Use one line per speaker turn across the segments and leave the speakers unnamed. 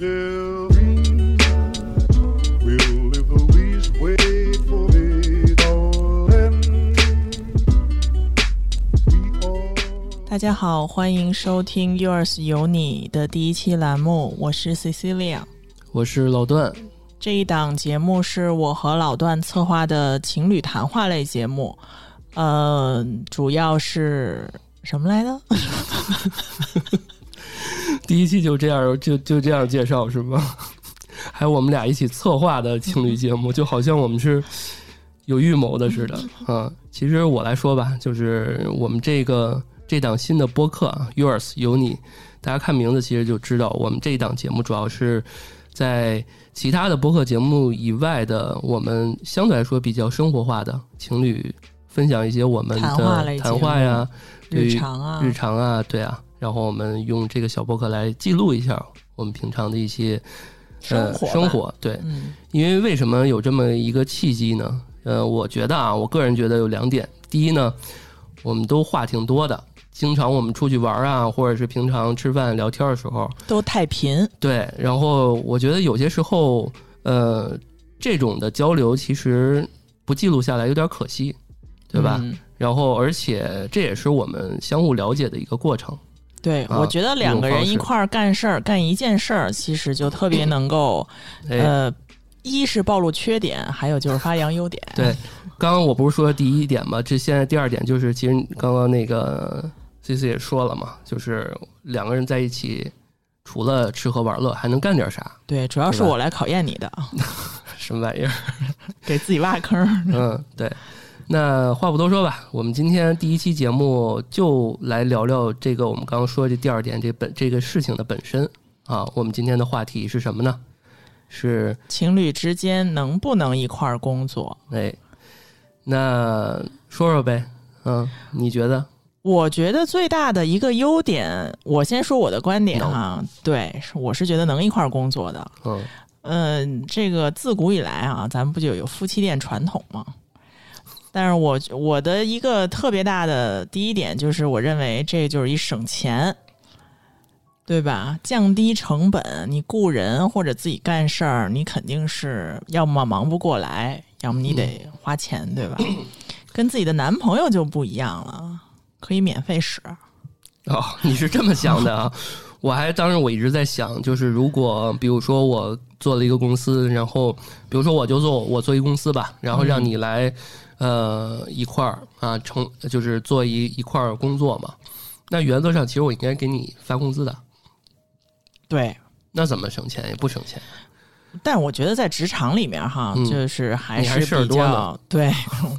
building will live always wait for me, darling. We all.
大家好，欢迎收听《Yours 有你》的第一期栏目，我是 Cecilia。
我是老段，
这一档节目是我和老段策划的情侣谈话类节目，呃，主要是什么来着？
第一期就这样就就这样介绍是吗？ 还有我们俩一起策划的情侣节目，就好像我们是有预谋的似的
嗯
啊。其实我来说吧，就是我们这个这档新的播客啊，Yours 有你，大家看名字其实就知道，我们这一档节目主要是在其他的播客节目以外的，我们相对来说比较生活化的情侣分享一些我们
谈话
的
类节
谈话呀，对
日
于
常啊，
日常啊，对啊。然后我们用这个小博客来记录一下我们平常的一些
生活
呃、
吧
生，活。对，
嗯
因为为什么有这么一个契机呢？呃，我觉得啊，我个人觉得有两点。第一呢，我们都话挺多的，经常我们出去玩啊，或者是平常吃饭聊天的时候，
都太贫，
对。然后我觉得有些时候，呃，这种的交流其实不记录下来有点可惜，对吧？
嗯
然后，而且这也是我们相互了解的一个过程。
对，
啊
我觉得两个
一种方
人
式
一块儿干事儿，干一件事儿，其实就特别能 够，
哎，
呃，一是暴露缺点，还有就是发扬优点。
对，刚刚我不是说第一点嘛，这现在第二点就是，其实刚刚那个 C C 也说了嘛，就是两个人在一起，除了吃喝玩乐，还能干点啥？
对，主要是
对吧
我来考验你的，
什么玩意儿？
给自己挖坑儿。
嗯，对。那话不多说吧，我们今天第一期节目就来聊聊这个我们刚刚说的第二点，这本这个事情的本身啊。我们今天的话题是什么呢？是
情侣之间能不能一块儿工作？
哎，那说说呗，嗯，你觉得？
我觉得最大的一个优点，我先说我的观点
能
啊，对，是我是觉得能一块儿工作的。
嗯，
嗯，这个自古以来啊，咱们不就有夫妻店传统吗？但是我我的一个特别大的第一点就是，我认为这就是一省钱，对吧？降低成本，你雇人或者自己干事儿，你肯定是要么忙不过来，要么你得花钱，对吧？ 跟自己的男朋友就不一样了，可以免费使。
哦， 你是这么想的啊？我还当时我一直在想，就是如果比如说我做了一个公司，然后比如说我就做我做一公司吧，然后
嗯
让你来、呃一块儿啊成就是做一一块儿工作嘛，那原则上其实我应该给你发工资的，
对，
那怎么省钱也不省钱，
但我觉得在职场里面哈，
嗯
就是还
你还
是
事儿
比
多呢
较 对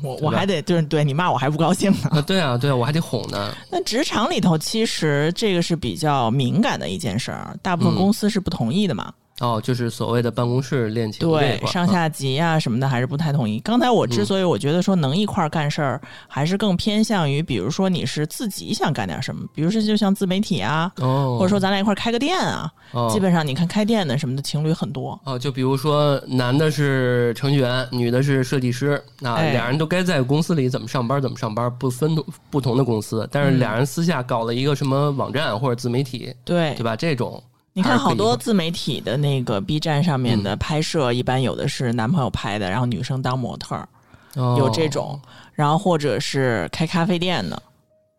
我我
对吧
还得就是对你骂我还不高兴 呢。
啊对啊对啊，我还得哄呢，
那职场里头其实这个是比较敏感的一件事儿，大部分
嗯
公司是不同意的嘛。
哦就是所谓的办公室恋情这一
对
块儿
上下级啊什么的还是不太同意。刚才我之所以我觉得说能一块儿干事儿，还是更偏向于比如说你是自己想干点什么，比如说就像自媒体啊，
哦，
或者说咱俩一块儿开个店啊。
哦
基本上你看开店的什么的情侣很多。
哦，就比如说男的是程序员，女的是设计师，那
哎
俩人都该在公司里怎么上班怎么上班，不分不同的公司，但是
嗯
俩人私下搞了一个什么网站或者自媒体，
对
对吧？这种
你
还
看
是可
好
以
多
的
自媒体的那个 B 站上面
嗯
的拍摄，一般有的是男朋友拍的，然后女生当模特儿，
哦
有这种，然后或者是开咖啡店的，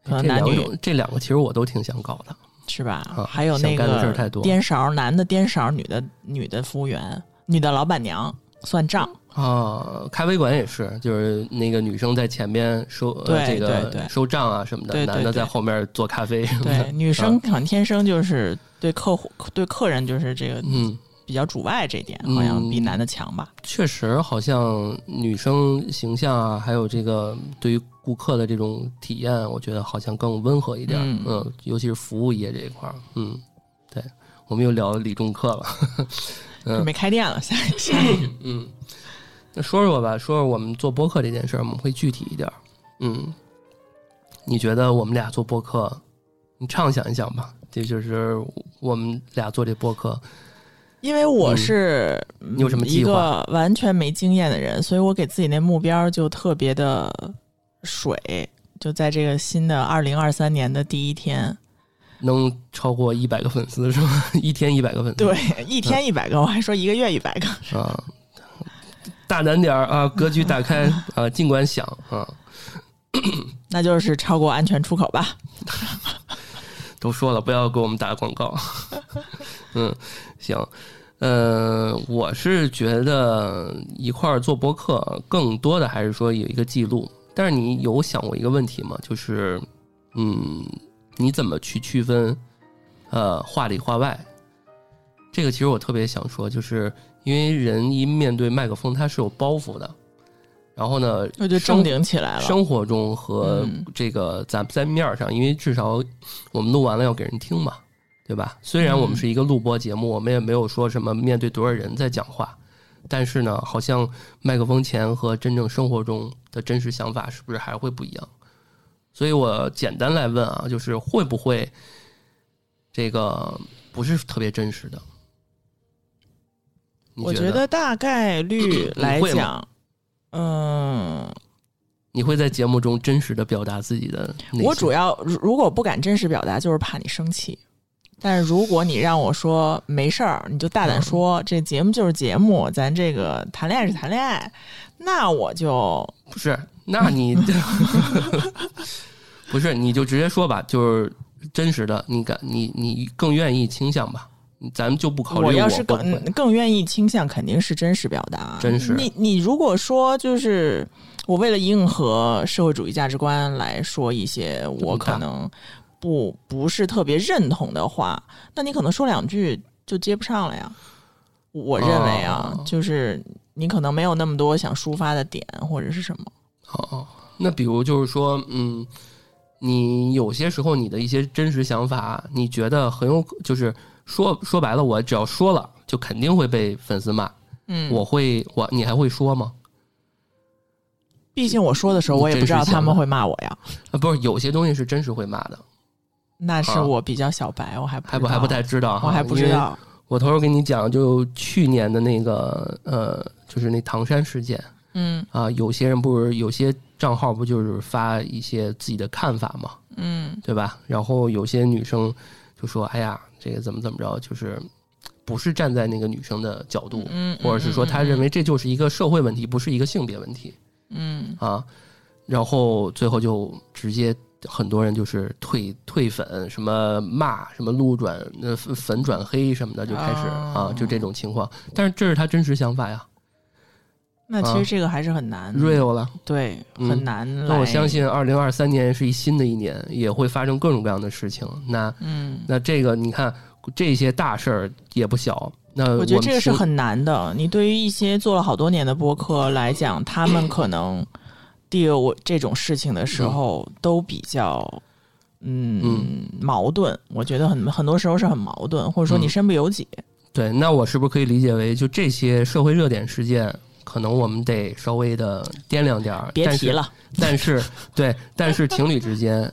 可
哦
能
这
啊男
两
女
种，这两个其实我都挺想搞的。
是吧？
啊
还有
想
那
干的事
个
儿太多
颠勺，男的颠勺，女的女的服务员，女的老板娘算 账，
啊，咖啡馆也是，就是那个女生在前边收呃、
对
这个
对对
收账啊什么的，
对对
男
对
的在后面做咖啡什么的。
对，女生好像天生就是对客户对客人就是这个
嗯，
比较主外这一点，好像比
嗯
男的强吧？
确实，好像女生形象啊，还有这个对于顾客的这种体验，我觉得好像更温和一点。
嗯
嗯，尤其是服务业这一块儿，嗯，对，我们又聊理中客了。嗯
就没开店了，下一下 一个
嗯，那说说吧，说说我们做播客这件事儿，我们会具体一点儿。嗯，你觉得我们俩做播客，你畅想一想吧，这就是我们俩做这播客，
因为我
嗯
是
你有什么
嗯一
计划？
个完全没经验的人，所以我给自己那目标就特别
嗯
的水，就在这个新的二零二三年的第一天，
能超过一百个粉丝是吧？ 一天一百个粉丝，
对， 一天一百个，我还说一个月一百个，
啊，大胆点儿啊，格局打开啊，尽管想啊，
那就是超过安全出口吧。
都说了不要给我们打广告。 嗯，行，呃，我是觉得一块儿做播客，更多的还是说有一个记录。但是你有想过一个问题吗？就是，嗯，你怎么去区分，呃，话里话外？这个其实我特别想说，就是因为人一面对麦克风，他是有包袱的。然后呢，
我就
生
正经起来了。
生活中和
嗯
这个咱在面儿上，因为至少我们录完了要给人听嘛，对吧？虽然我
嗯
们是一个录播节目，我们也没有说什么面对多少人在讲话，但是呢，好像麦克风前和真正生活中的真实想法是不是还会不一样？所以我简单来问啊，就是会不会这个不是特别真实的？你
我
觉
觉得大概率来
会吗
讲，嗯，
你会在节目中真实的表达自己的内心？
我主要如如果不敢真实表达，就是怕你生气。但是如果你让我说没事儿，你就大胆说，这节目就是节目，咱这个谈恋爱是谈恋爱，那我就
不是，那你不是你就直接说吧，就是真实的，你敢你你更愿意倾向吧，咱们就不考虑
我要是
会不
更
会
更愿意倾向，肯定是真实表达。啊
真实
你你如果说就是我为了迎合社会主义价值观来说一些我可能不不是特别认同的话，那你可能说两句就接不上了呀。我认为啊，
哦
就是你可能没有那么多想抒发的点或者是什么。
好。哦那比如就是说，嗯，你有些时候你的一些真实想法，你觉得很有，就是说说白了，我只要说了，就肯定会被粉丝骂。
嗯，
我会我你还会说吗？
毕竟我说的时候，我也不知道他们会骂我呀。
啊，不是，有些东西是真实会骂的，
那是
啊
我比较小白，我还不
还
不
不还不太知道哈，
我还不
因
知
为
道。
我头头跟你讲，就去年的那个呃，就是那唐山事件
嗯
啊，有些人不是有些账号不就是发一些自己的看法嘛，
嗯
对吧？然后有些女生就说：“哎呀，这个怎么怎么着，就是不是站在那个女生的角度，
嗯，
或者是说她认为这就是一个社会问题，不是一个性别问题
嗯。
啊。”然后最后就直接很多人就是退退粉，什么骂什么路转呃粉粉转黑什么的就开始
哦
啊，就这种情况。但是这是他真实想法呀
那其实这个还是很难，
啊，real 了。
对，
嗯
很难。
那我相，信二零二三年是一新的一年，也会发生各种各样的事情。那
嗯，
那这个你看这些大事儿也不小。那
我觉得
呃们
这个是
听
很难的。你对于一些做了好多年的播客来讲，他们可能 deal 这种事情的时候都比较。嗯，
嗯
矛盾，我觉得很很多时候是很矛盾，或者说你
嗯
身不由己。
对。那我是不是可以理解为，就这些社会热点事件，可能我们得稍微的掂量点儿，
别
但
提
是
了，
但是对，但是情侣之间，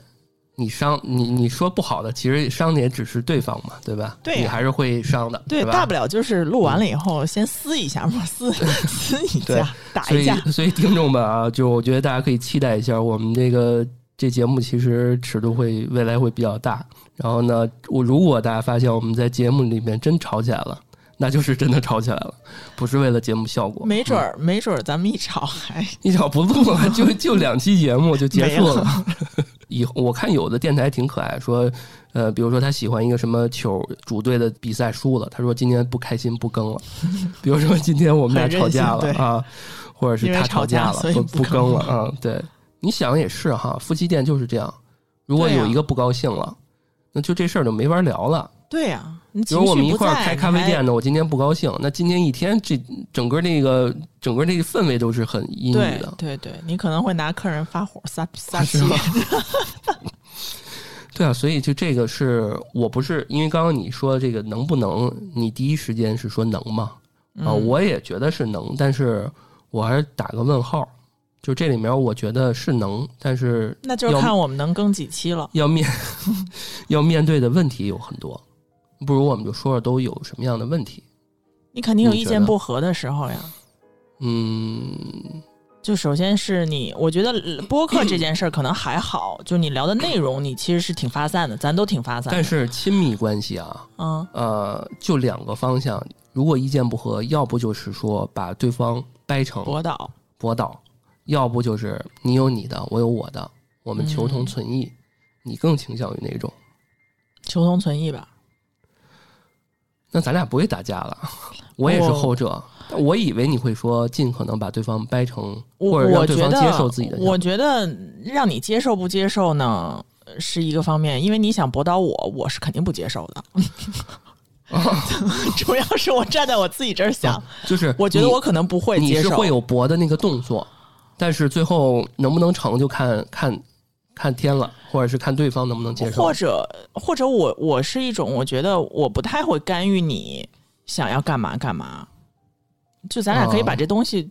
你伤你你说不好的，其实伤的也只是对方嘛，对吧？
对呀
你还是会伤的，
对，
吧？嗯
大不了就是录完了以后先撕一下嘛， 撕撕一
对
架，打
所
一
以
架。
所以听众们啊，就我觉得大家可以期待一下，我们这个这节目其实尺度会未来会比较大。然后呢，我如果大家发现我们在节目里面真吵起来了，那就是真的吵起来了，不是为了节目效果，
没准
嗯、
儿，没准儿咱们一吵还
一脚不录 了，就就两期节目就结束
没
了。 以后我看有的电台挺可爱，说，呃，比如说他喜欢一个什么球主队的比赛输了，他说今天不开心不更了。 比如说今天我们俩吵
很
架了
任性对
啊，或者是
因为
他
吵架
架
所
了
以
不
不
更
更
了
了
啊。对，你想也是哈，夫妻店就是这样，如果
对啊呀
有一个不高兴了，那就这事儿就没法聊了。
对呀、你
比
情
如
绪
我们一
不
块儿
在
开
你
咖啡
还
店的，我今天不高兴，那今天一天这整个那个整个那个氛围都是很阴郁
对
的。
对对，你可能会拿客人发火撒撒
啊
气
是。吗对啊，所以就这个是我不是因为刚刚你说这个能不能，你第一时间是说能吗？啊、
嗯
我也觉得是能，但是我还是打个问号。就这里面，我觉得是能，但是
那就是
要
看我们能更几期了。
要面 要面对的问题有很多，不如我们就说说都有什么样的问题。
你肯定有
你
意
觉
见
得
不合的时候呀。
嗯，
就首先是你，我觉得播客这件事儿可能还好，就你聊的内容，你其实是挺发散的，咱都挺发散的。
但是亲密关系啊，
嗯
呃，就两个方向，如果意见不合，要不就是说把对方掰成
博导，
驳倒，要不就是你有你的，我有我的，我们求
嗯
同存异。你更倾向于哪种？
求同存异吧。
那咱俩不会打架了。我也是后者，但我以为你会说尽可能把对方掰成，
我
或者
我
让
觉
对方
得，
接受自己的想法。
我觉得让你接受不接受呢，是一个方面，因为你想驳倒我，我是肯定不接受的。 主要是我站在我自己这儿想，
啊就是
我觉得
你
我可能不会
你
接
是
受。
会有搏的那个动作，但是最后能不能成就看看看天了，或者是看对方能不能接受
或。者或者我我是一种，我觉得我不太会干预你想要干嘛干嘛。就咱俩可以把
哦
这东西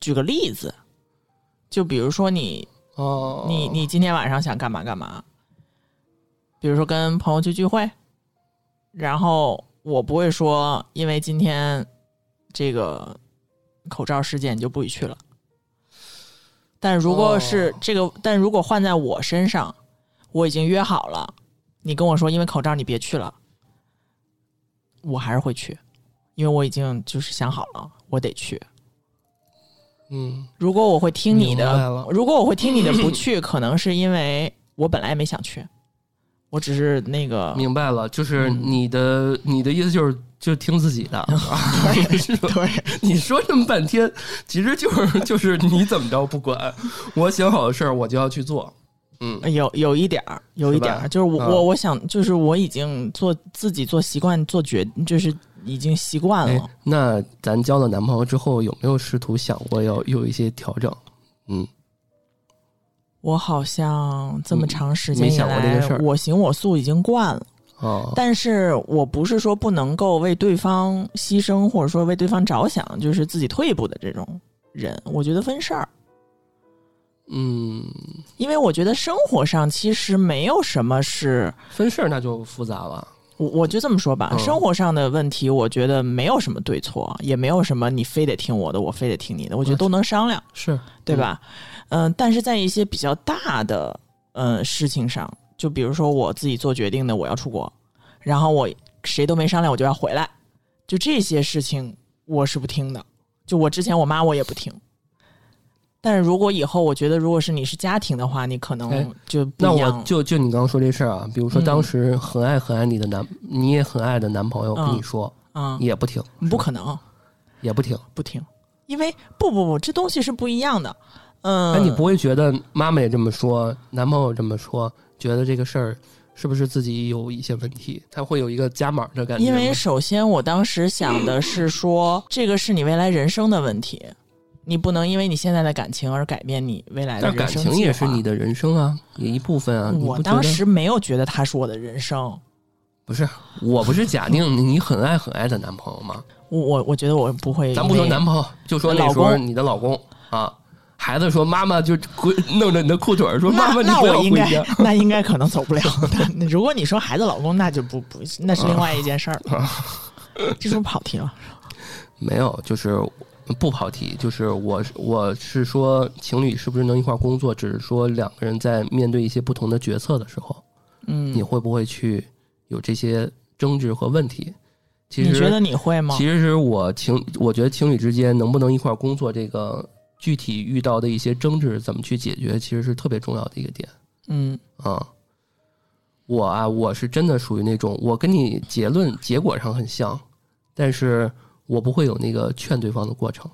举个例子，就比如说你
哦，
你你今天晚上想干嘛干嘛，比如说跟朋友去聚会，然后我不会说因为今天这个口罩事件你就不许去了。但如果是
哦
这个，但如果换在我身上，我已经约好了，你跟我说因为口罩你别去了，我还是会去，因为我已经就是想好了，我得去。
嗯，
如果我会听你
明白
的
了，
如果我会听你 的不去，可能是因为我本来也没想去，我只是那个
明白了，就是
嗯
你的、你的意思就是就听自己 的，是吧
对
你说这么半天，其实就是就是你怎么着不管，我想好的事儿我就要去做。嗯，
有有一点儿，有一点
是
儿，
吧
就是我、
嗯
我我想，就是我已经做自己做习惯做决，就是已经习惯
哎
了。，
那咱交了男朋友之后，有没有试图想过要有一些调整？嗯，
我好像这么长时
没
间以
想过这个
来
事儿，
我行我素已经惯了，
哦，
但是我不是说不能够为对方牺牲，或者说为对方着想，就是自己退一步的这种人，我觉得分事儿。
嗯，
因为我觉得生活上其实没有什么是，
分事儿那就复杂了。
我我就这么说吧，
嗯
生活上的问题，我觉得没有什么对错，也没有什么你非得听我的，我非得听你的，我觉得
嗯
都能商量，
是
对？吧？嗯、但是在一些比较大的呃事情上，就比如说我自己做决定的，我要出国，然后我谁都没商量，我就要回来，就这些事情我是不听的，就我之前我妈我也不听。但是如果以后我觉得，如果是你是家庭的话，你可
哎
能就不
那
一样
我就就你刚刚说这事儿啊，比如说
嗯
当时很爱很爱你的男，你也很爱的男朋友跟你
嗯
说，
啊、
也不听，
不可能
也不听。
不听，因为不不不，这东西是不一样的。嗯，
哎那你不会觉得妈妈也这么说，男朋友这么说，觉得这个事儿是不是自己有一些问题？他会有一个加码的感觉吗。
因为首先我当时想的是说，这个是你未来人生的问题，你不能因为你现在的感情而改变你未来的
但
人
感
生
情也是
计划
你。的人生啊，也一部分啊。你
我
不觉
当
得
时没有觉得他是我的人生，
不是，我不是假定你你很爱很爱的男朋友吗？
我我我觉得我不会因为。
咱不说男朋友，就说那时
老
候
公
你的老公啊，孩子说妈妈就鬼弄着你的裤腿儿说妈
那
妈你
那
不要
我应
回
该
家。
那应该可能走不了。那如果你说孩子老公，那就不不那是另外一件事儿
啊
了。这是不是跑题了？
没有，就是不跑题，就是我是我是说情侣是不是能一块儿工作，只是说两个人在面对一些不同的决策的时候，
嗯，
你会不会去有这些争执和问题？其实
你觉得你会吗？
其实我情，我觉得情侣之间能不能一块儿工作，这个具体遇到的一些争执怎么去解决，其实是特别重要的一个点
嗯，
啊。我啊，我是真的属于那种，我跟你结论结果上很像，但是我不会有那个劝对方的过程，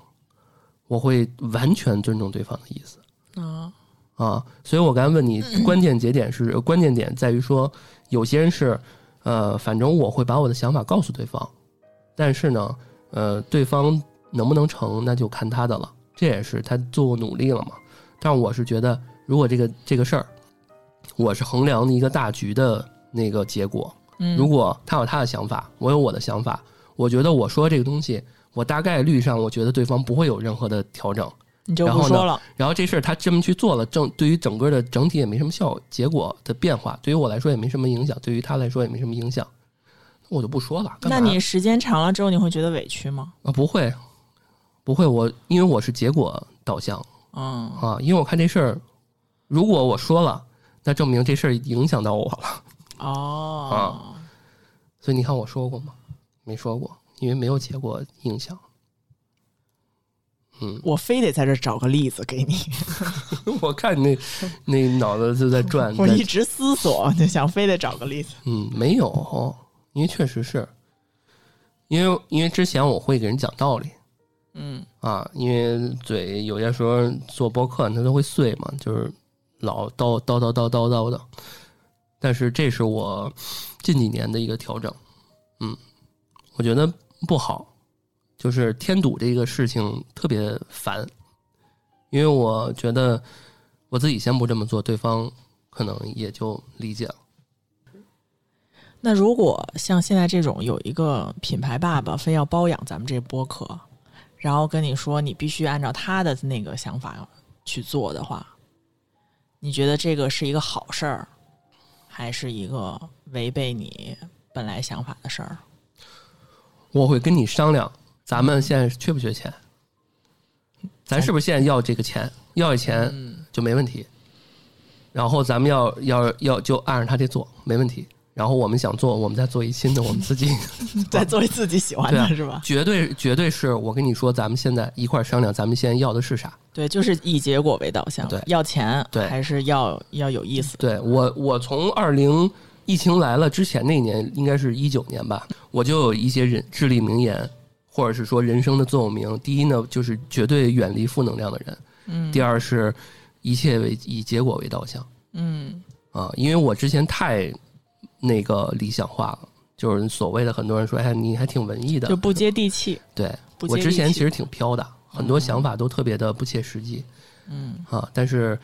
我会完全尊重对方的意思。
啊，
啊，所以我刚才问你，关键节点是呃关键点在于说，有些人是，呃，反正我会把我的想法告诉对方，但是呢，呃，对方能不能成，那就看他的了，这也是他做努力了嘛。但我是觉得，如果这个这个事儿，我是衡量的一个大局的那个结果，
嗯，
如果他有他的想法，我有我的想法，我觉得我说这个东西，我大概率上，我觉得对方不会有任何的调整。
你就
然
不
后呢
说了，
然后这事儿他这么去做了，正对于整个的整体也没什么效结果的变化，对于我来说也没什么影响，对于他来说也没什么影响，我就不说了。干
那
嘛
你时间长了之后，你会觉得委屈吗？
啊不会，不会，我因为我是结果导向，
嗯
啊，因为我看这事儿，如果我说了，那证明这事儿影响到我了。啊
哦，
所以你看我说过吗？没说过，因为没有结果影响。 嗯，
我非得在这儿找个例子给你，
我看你那那脑子就在转，
我
在
一直思索，就想非得找个例子。
嗯，没有，因为确实是，因为因为之前我会给人讲道理
嗯
啊，因为嘴有些时候做播客它都会碎嘛，就是老叨叨叨叨叨叨的。但是这是我近几年的一个调整，嗯，我觉得不好，就是添堵这个事情特别烦，因为我觉得我自己先不这么做，对方可能也就理解了。
那如果像现在这种有一个品牌爸爸非要包养咱们这播客，然后跟你说你必须按照他的那个想法去做的话，你觉得这个是一个好事儿，还是一个违背你本来想法的事儿？
我会跟你商量，咱们现在缺不缺钱？咱是不是现在要这个钱？要这钱
嗯
就没问题。然后咱们要要要就按着他这做，没问题。然后我们想做，我们再做一新的，我 们自己
再做自己喜欢
对啊
的是吧？
绝对绝对是我跟你说，咱们现在一块儿商量，咱们现在要的是啥？
对，就是以结果为导向，
对
要钱，
对
还是要要有意思，
对我，我从二零疫情来了之前那年，应该是一九年吧，我就有一些人至理名言，或者是说人生的座右铭。第一呢，就是绝对远离负能量的人；
嗯
第二是一切为以结果为导向
嗯
啊，因为我之前太那个理想化了，就是所谓的很多人说，哎，你还挺文艺的，
就不接地气，
对
不
我
接
之
地
前
气
其实挺飘的，很多想法都特别的不切实际。
嗯
啊，但是，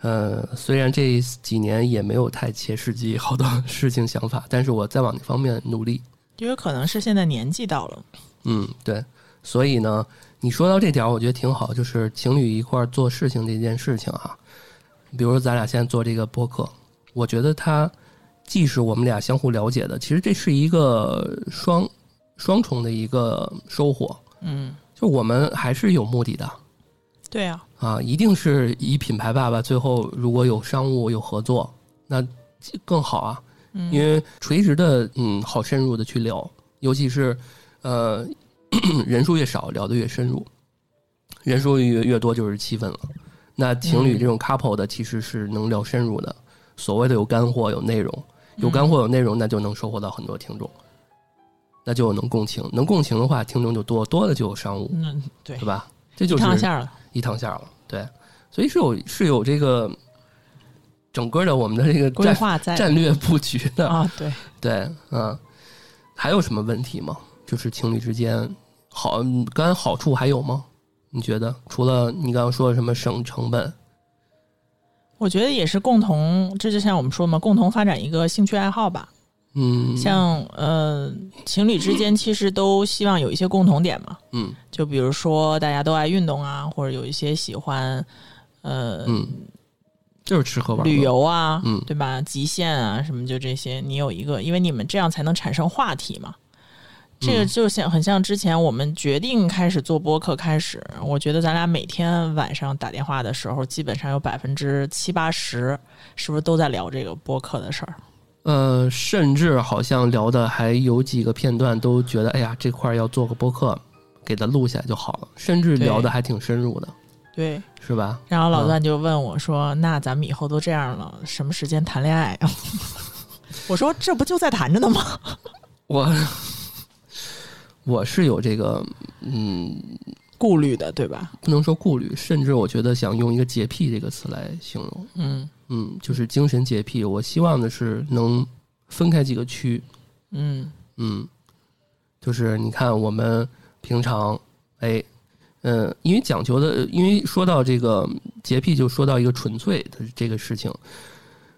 呃，虽然这几年也没有太切实际好多 事情想法，但是我在往那方面努力。
因为可能是现在年纪到了，
嗯，对，所以呢，你说到这点儿，我觉得挺好，就是情侣一块儿做事情这件事情啊，比如说咱俩现在做这个播客，我觉得它既是我们俩相互了解的，其实这是一个双双重的一个收获，
嗯，
就我们还是有目的的。
对啊，
啊，一定是以品牌爸爸最后如果有商务有合作，那更好啊，
嗯
因为垂直的嗯好深入的去聊，尤其是呃 人数越少聊得越深入，人数越越多就是气氛了。那情侣这种 couple 的其实是能聊深入的，所谓的有干货有内容，
嗯
有干货有内容，那就能收获到很多听众，那就能共情，能共情的话，听众就多，多了就有商务，
嗯，对
对，吧？这就是
上线了，
一趟线了。对，所以是有是有这个整个的我们的这个
规
战
划在
战略布局的。
啊，对，
对，嗯，还有什么问题吗？就是情侣之间好，嗯刚才好处还有吗？你觉得除了你刚刚说的什么省成本，
我觉得也是共同，这就像我们说嘛，共同发展一个兴趣爱好吧。
嗯，
像呃，情侣之间其实都希望有一些共同点嘛，
嗯
就比如说大家都爱运动啊，或者有一些喜欢呃、
嗯，就是吃喝玩乐
旅，游啊，
嗯
对吧？极限啊，什么就这些，你有一个，因为你们这样才能产生话题嘛。这个
嗯
就像很像之前我们决定开始做播客开始，我觉得咱俩每天晚上打电话的时候，基本上有百分之七八十，是不是都在聊这个播客的事儿？
呃，甚至好像聊的还有几个片段都觉得，哎呀，这块儿要做个播客，给它录下来就好了，甚至
对
聊的还挺深入的，
对。
是吧？
然后老段就问我说：“那咱们以后都这样了，什么时间谈恋爱 啊？”我说：“这不就在谈着呢吗
我 我是有这个，嗯，？”
顾虑的，对吧？
不能说顾虑，甚至我觉得想用一个洁癖这个词来形容，
嗯
嗯，就是精神洁癖。我希望的是能分开几个区，
嗯
嗯，就是你看我们平常，哎，嗯、因为讲究的，因为说到这个洁癖，就说到一个纯粹的这个事情，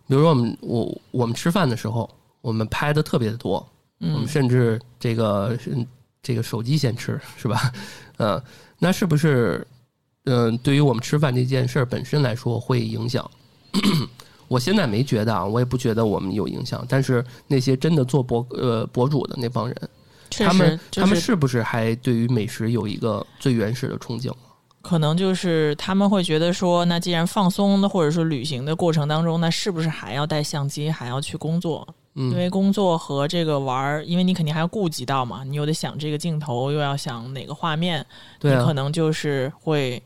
比如说我们我我们吃饭的时候，我们拍的特别的多，我
嗯
们，甚至这个嗯这个手机先吃是吧？嗯，那是不是嗯、对于我们吃饭这件事儿本身来说会影响？ 我现在没觉得啊，我也不觉得我们有影响，但是那些真的做博呃博主的那帮人，
确
他们
实，就
他们
是
是不是还对于美食有一个最原始的憧憬？
可能就是他们会觉得说，那既然放松的或者说旅行的过程当中，那是不是还要带相机，还要去工作？
嗯，
因为工作和这个玩儿，因为你肯定还要顾及到嘛，你又得想这个镜头，又要想哪个画面，
对
你可
啊，
能就是会，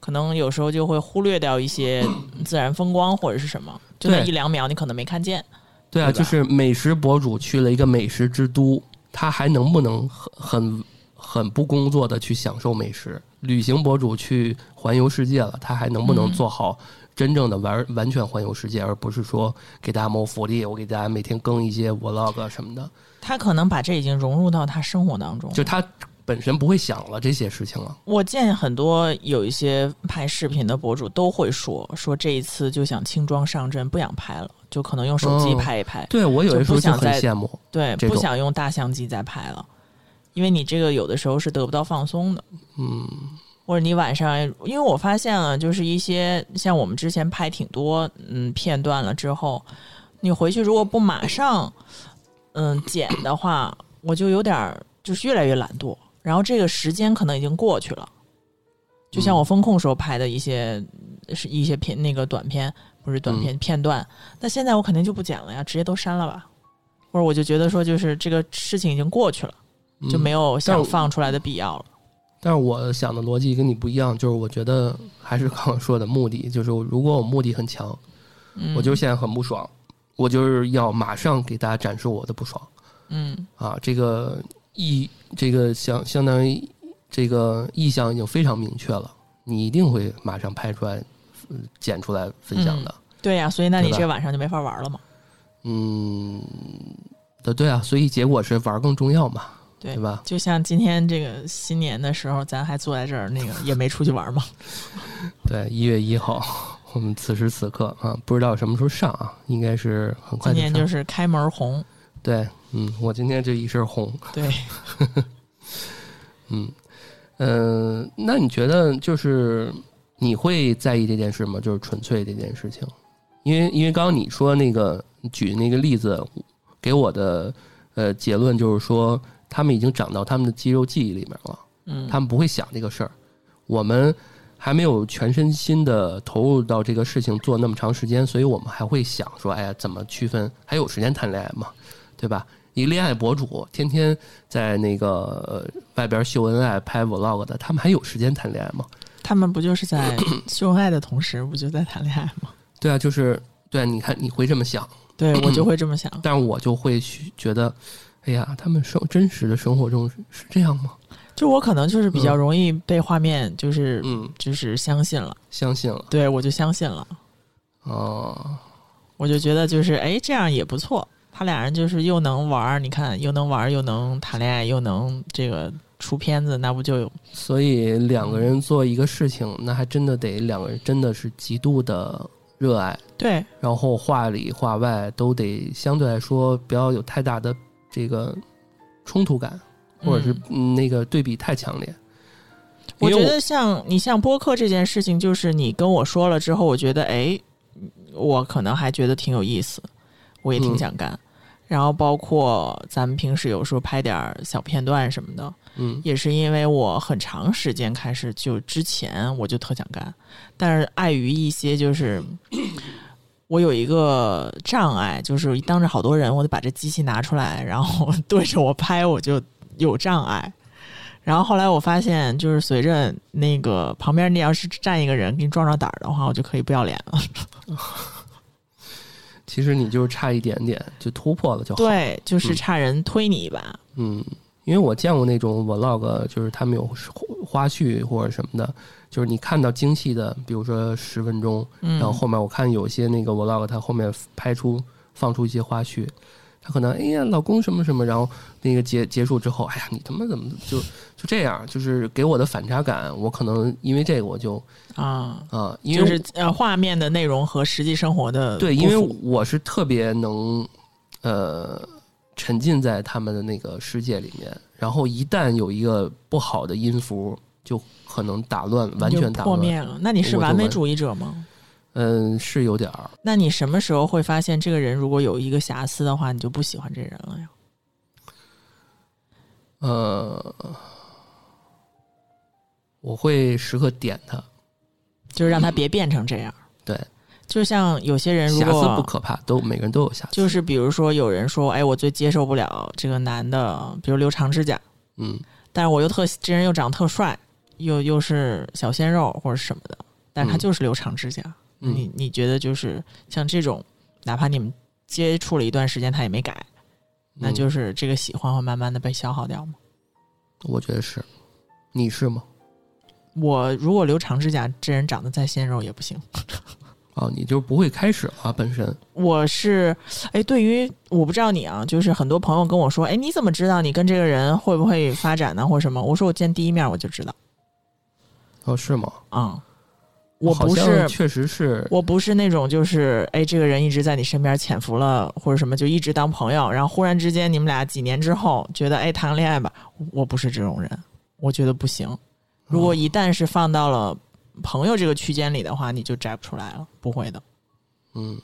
可能有时候就会忽略掉一 些自然风光或者是什么，就那
对
一两秒你可能没看见。
对啊，
对吧
就是美食博主去了一个美食之都，他还能不能很很很不工作的去享受美食？旅行博主去环游世界了，他还能不
嗯
能做好真正的玩完全环游世界，而不是说给大家谋福利，我给大家每天更一些 vlog 什么的？
他可能把这已经融入到他生活当中。
就他本身不会想了这些事情啊了。
我见很多有一些拍视频的博主都会说，说这一次就想轻装上阵，不想拍了，就可能用手机
哦
拍一拍，
对我有
就
的时候
不
就
想
很
再
羡慕，
对，
这
不
种
想用大相机再拍了，因为你这个有的时候是得不到放松的。
嗯，
或者你晚上，因为我发现了，就是一些像我们之前拍挺多嗯片段了之后，你回去如果不马上嗯剪的话，我就有点儿就是越来越懒惰，然后这个时间可能已经过去了。就像
嗯
我风控时候拍的一些是一些片那个短片，不是短
嗯
片、片段，那现在我肯定就不剪了呀，直接都删了吧。或者我就觉得说，就是这个事情已经过去了，
嗯
就没有想
我
放出来的必要了。
但是我想的逻辑跟你不一样，就是我觉得还是刚刚说的目的，就是如果我目的很强，
嗯，
我就现在很不爽，我就是要马上给大家展示我的不爽
嗯。
啊！这个意，这个相相当于这个意向已经非常明确了，你一定会马上拍出来、呃剪出来分享的。
对呀、所以那你
对吧
这个晚上就没法玩了嘛？
嗯，对对啊，所以结果是玩儿更重要嘛，
对
对吧？
就像今天这个新年的时候，咱还坐在这儿，那个也没出去玩嘛。
对，一月一号， 我们此时此刻啊，不知道什么时候上啊，应该是很 快
今
就
年
上。
就是开门红，
对，嗯，我今天这一身红，
对，
嗯，呃，那你觉得就是你会在意这件事吗？就是纯粹这件事情，因为因为刚刚你说那个举那个例子，给我的呃结论就是说，他们已经长到他们的肌肉记忆里面了，
嗯，
他们不会想这个事儿，我们。还没有全身心的投入到这个事情做那么长时间，所以我们还会想说，哎呀，怎么区分？还有时间谈恋爱吗？对吧？一恋爱博主天天在那个呃外边秀恩爱、拍 vlog 的，他们还有时间谈恋爱吗？
他们不就是 在秀恩爱的同时，不就在谈恋爱吗？
对啊，就是对啊，你看你会这么想，
对我
嗯
就会这么想，
但是我就会去觉得，哎呀，他们生真实的生活中是是这样吗？
就我可能就是比较容易被画面就是、
嗯，
就是相信了，
相信了
对我就相信了，
哦，
我就觉得就是哎这样也不错，他俩人就是又能玩儿，你看又能玩儿，又能谈恋爱，又能这个出片子，那不就
所以两个人做一个事情，那还真的得两个人真的是极度的热爱，
对
然后话里话外都得相对来说不要有太大的这个冲突感，或者是
嗯
嗯那个对比太强烈。
我
因
觉
为
得像你像播客这件事情，就是你跟我说了之后，我觉得哎，我可能还觉得挺有意思，我也挺
嗯
想干。然后包括咱们平时有时候拍点儿小片段什么的，
嗯
也是因为我很长时间开始就之前我就特想干，但是碍于一些就是。我有一个障碍，就是当着好多人，我得把这机器拿出来，然后对着我 拍，我就有障碍。然后后来我发现，就是随着那个旁边你要是站一个人给你壮壮胆儿的话，我就可以不要脸了。
其实你就是差一点点就突破了就好。，
对，就是
嗯
差人推你一把。
嗯，因为我见过那种 vlog，就是他们有花絮或者什么的，就是你看到精细的，比如说十分钟，
嗯，
然后后面我看有些那个 vlog，它后面拍出放出一些花絮，他可能哎呀老公什么什么，然后那个结结束之后，哎呀你他妈怎么就就这样？就是给我的反差感，我可能因为这个我就
啊，
啊、因为
就是呃，画面的内容和实际生活的
对，
不
因为
符
我是特别能，呃，沉浸在他们的那个世界里面，然后一旦有一个不好的音符，就可能打乱，完
就
全打
破
乱。
灭了。那你是
我就
完美
完
主义者吗？
嗯，是有点儿。
那你什么时候会发现这个人如果有一个瑕疵的话，你就不喜欢这人了呀？
呃，我会时刻点它。
就是让它别变成这样。
对，
就像有些人如
瑕疵不
果
可怕，都每个人都有瑕疵。
就是比如说有人说，哎，我最接受不了这个男的，比如留长指甲，
嗯，
但是我又特这人又长得特帅，又又是小鲜肉或者什么的，但是他
嗯
就是留长指甲。
嗯
你你觉得就是像这种，哪怕你们接触了一段时间，他也没改，那
嗯
就是这个喜欢会慢慢的被消耗掉吗？
我觉得是，你是吗？
我如果留长指甲，这人长得再鲜肉也不行。
哦，你就不会开始啊，本身
我是，哎，对于我不知道你啊，就是很多朋友跟我说，哎，你怎么知道你跟这个人会不会发展呢，或什么？我说我见第一面我就知道
哦是吗？
啊、我
哦好
不
像
是，
确实是，嗯
我不是那种就是，哎，这个人一直在你身边潜伏了或者什么，就一直当朋友，然后忽然之间你们俩几年之后觉得，哎，谈个恋爱吧，我不是这种人，我觉得不行。如
哦
果一旦是放到了朋友这个区间里的话，你就摘不出来了，不会的。
嗯，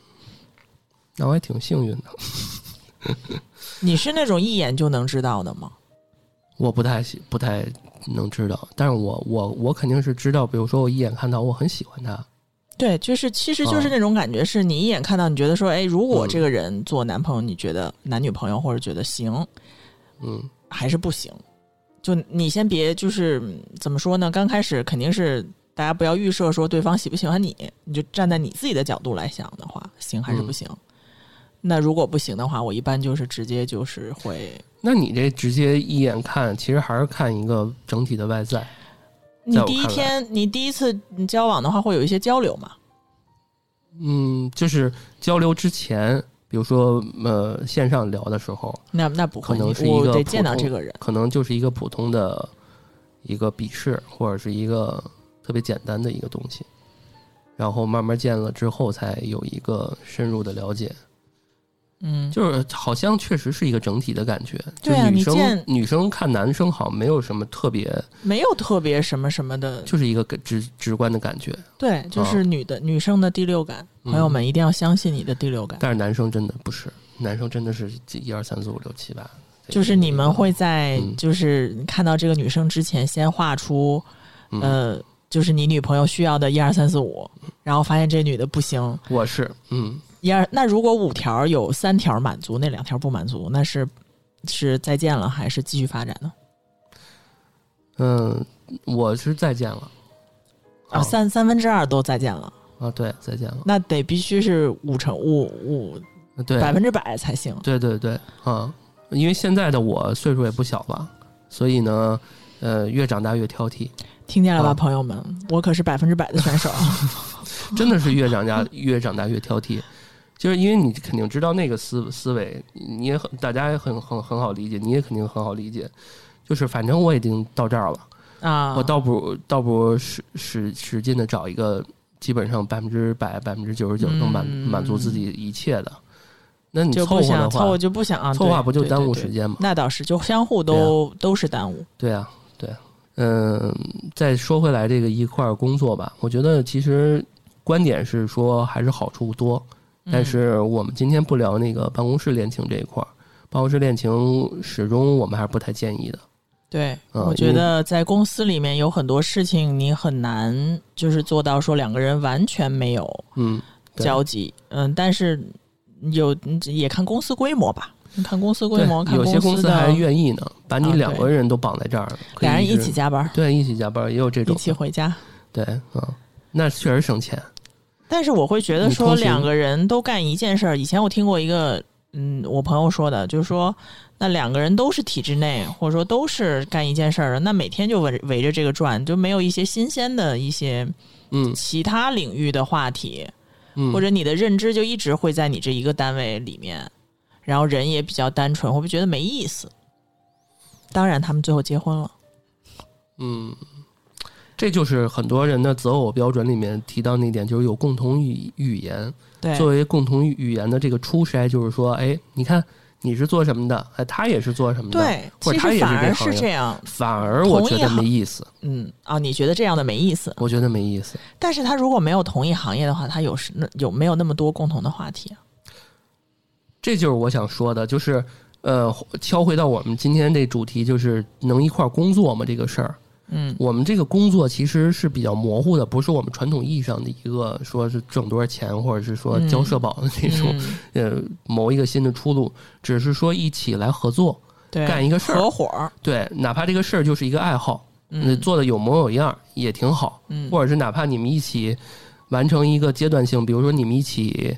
那我还挺幸运的。
你是那种一眼就能知道的吗？
我不太喜，不太能知道，但是我我我肯定是知道，比如说我一眼看到我很喜欢他，
对，就是其实就是
嗯
那种感觉，是你一眼看到，你觉得说，哎，如果
嗯
这个人做男朋友，你觉得男女朋友或者觉得行
嗯
还是不行，就你先别就是嗯怎么说呢？刚开始肯定是大家不要预设说对方喜不喜欢你，你就站在你自己的角度来想的话，行还是不
嗯
行？那如果不行的话，我一般就是直接就是会，
那你这直接一眼看，其实还是看一个整体的外在。
你
在我
第一
看来
天你第一次交往的话，会有一些交流嘛？
嗯，就是交流之前，比如说呃线上聊的时候，
那那不会，
可能
你
是一
我
个
得
普
见到
通
这个人。
可能就是一个普通的一个笔试，或者是一个特别简单的一个东西，然后慢慢见了之后才有一个深入的了解，
嗯，
就是好像确实是一个整体的感觉。就
对啊
女
你见
生女生看男生好像没有什么特别，
没有特别什么什么的
就是一个感直直观的感觉，
对，就是女的、女生的第六感，
嗯
朋友们一定要相信你的第六感，
但是男生真的不是，男生真的是一二三四五六七八，
就是你们会在
嗯
就是看到这个女生之前，先画出、
嗯
呃，就是你女朋友需要的一二三四五，然后发现这女的不行，
我是嗯
一二那如果五条有三条满足，那两条不满足，那是是再见了还是继续发展呢？
嗯，我是再见了哦
啊，三三分之二都再见了，
啊，对，再见了，
那得必须是五成五五
对，
百分之百才行。
对对对，啊，因为现在的我岁数也不小了，所以呢，呃，越长大越挑剔，
听见了吧，
啊
朋友们，我可是百分之百的选手。
真的是越 长大越长大越挑剔，就是因为你肯定知道那个思思维，你也很大家也很很很好理解，你也肯定很好理解，就是反正我已经到这儿了，
啊，
我倒不如倒不如使使使劲的找一个基本上百分之百百分之九十九能满、
嗯
满足自己一切的，那你
就不
凑合的
想凑
话
合，就不想啊，
凑合
对
不就
对
耽误
对
时间吗？
那倒是，就相互都、都是耽误。
对啊，对啊，嗯，再说回来这个一块儿工作吧，我觉得其实观点是说还是好处多，
嗯
但是我们今天不聊那个办公室恋情这一块儿，办公室恋情始终我们还是不太建议的。
对，
啊
呃我觉得在公司里面有很多事情你很难就是做到说两个人完全没有
嗯，对
交集，嗯，但是有也看公司规模吧，看公司规模，
对
看
有些
公
公
司
司
的
还愿意呢，把你
啊
两
对
个人都绑在这儿，可以
俩人一
直
起加班，
对一起加班，也有这
一
种
起回家。
对啊、嗯那确实省钱。
但是我会觉得
你
说
同行
两个人都干一件事儿。以前我听过一个，嗯，我朋友说的，就是说那两个人都是体制内，或者说都是干一件事儿的，那每天就围围着这个转，就没有一些新鲜的一些
嗯
其他领域的话题，
嗯，
或者你的认知就一直会在你这一个单位里面，然后人也比较单纯，会不会觉得没意思？当然，他们最后结婚了。
嗯，这就是很多人的择偶标准里面提到那点，就是有共同语语言。
对，
作为共同语言的这个初筛，就是说，哎，你看你是做什么的，哎，他也是做什么的，
对，啊
或
其
者他
实
也
反而
这
是
行
这
业。
样，
反而我觉得没意思，
嗯，啊，你觉得这样的没意思？
我觉得没意思。
但是他如果没有同一行业的话，他有是那有没有那么多共同的话题啊？
这就是我想说的，就是呃，敲回到我们今天这主题，就是能一块儿工作吗？这个事儿，
嗯
我们这个工作其实是比较模糊的，不是我们传统意义上的一个说是挣多少钱，或者是说交社保的那种、
嗯
呃谋一个新的出路，只是说一起来合作
对
干一个事儿。
合伙儿，
对，哪怕这个事儿就是一个爱好，那
嗯
做的有模有样儿也挺好。
嗯
或者是哪怕你们一起完成一个阶段性，比如说你们一起，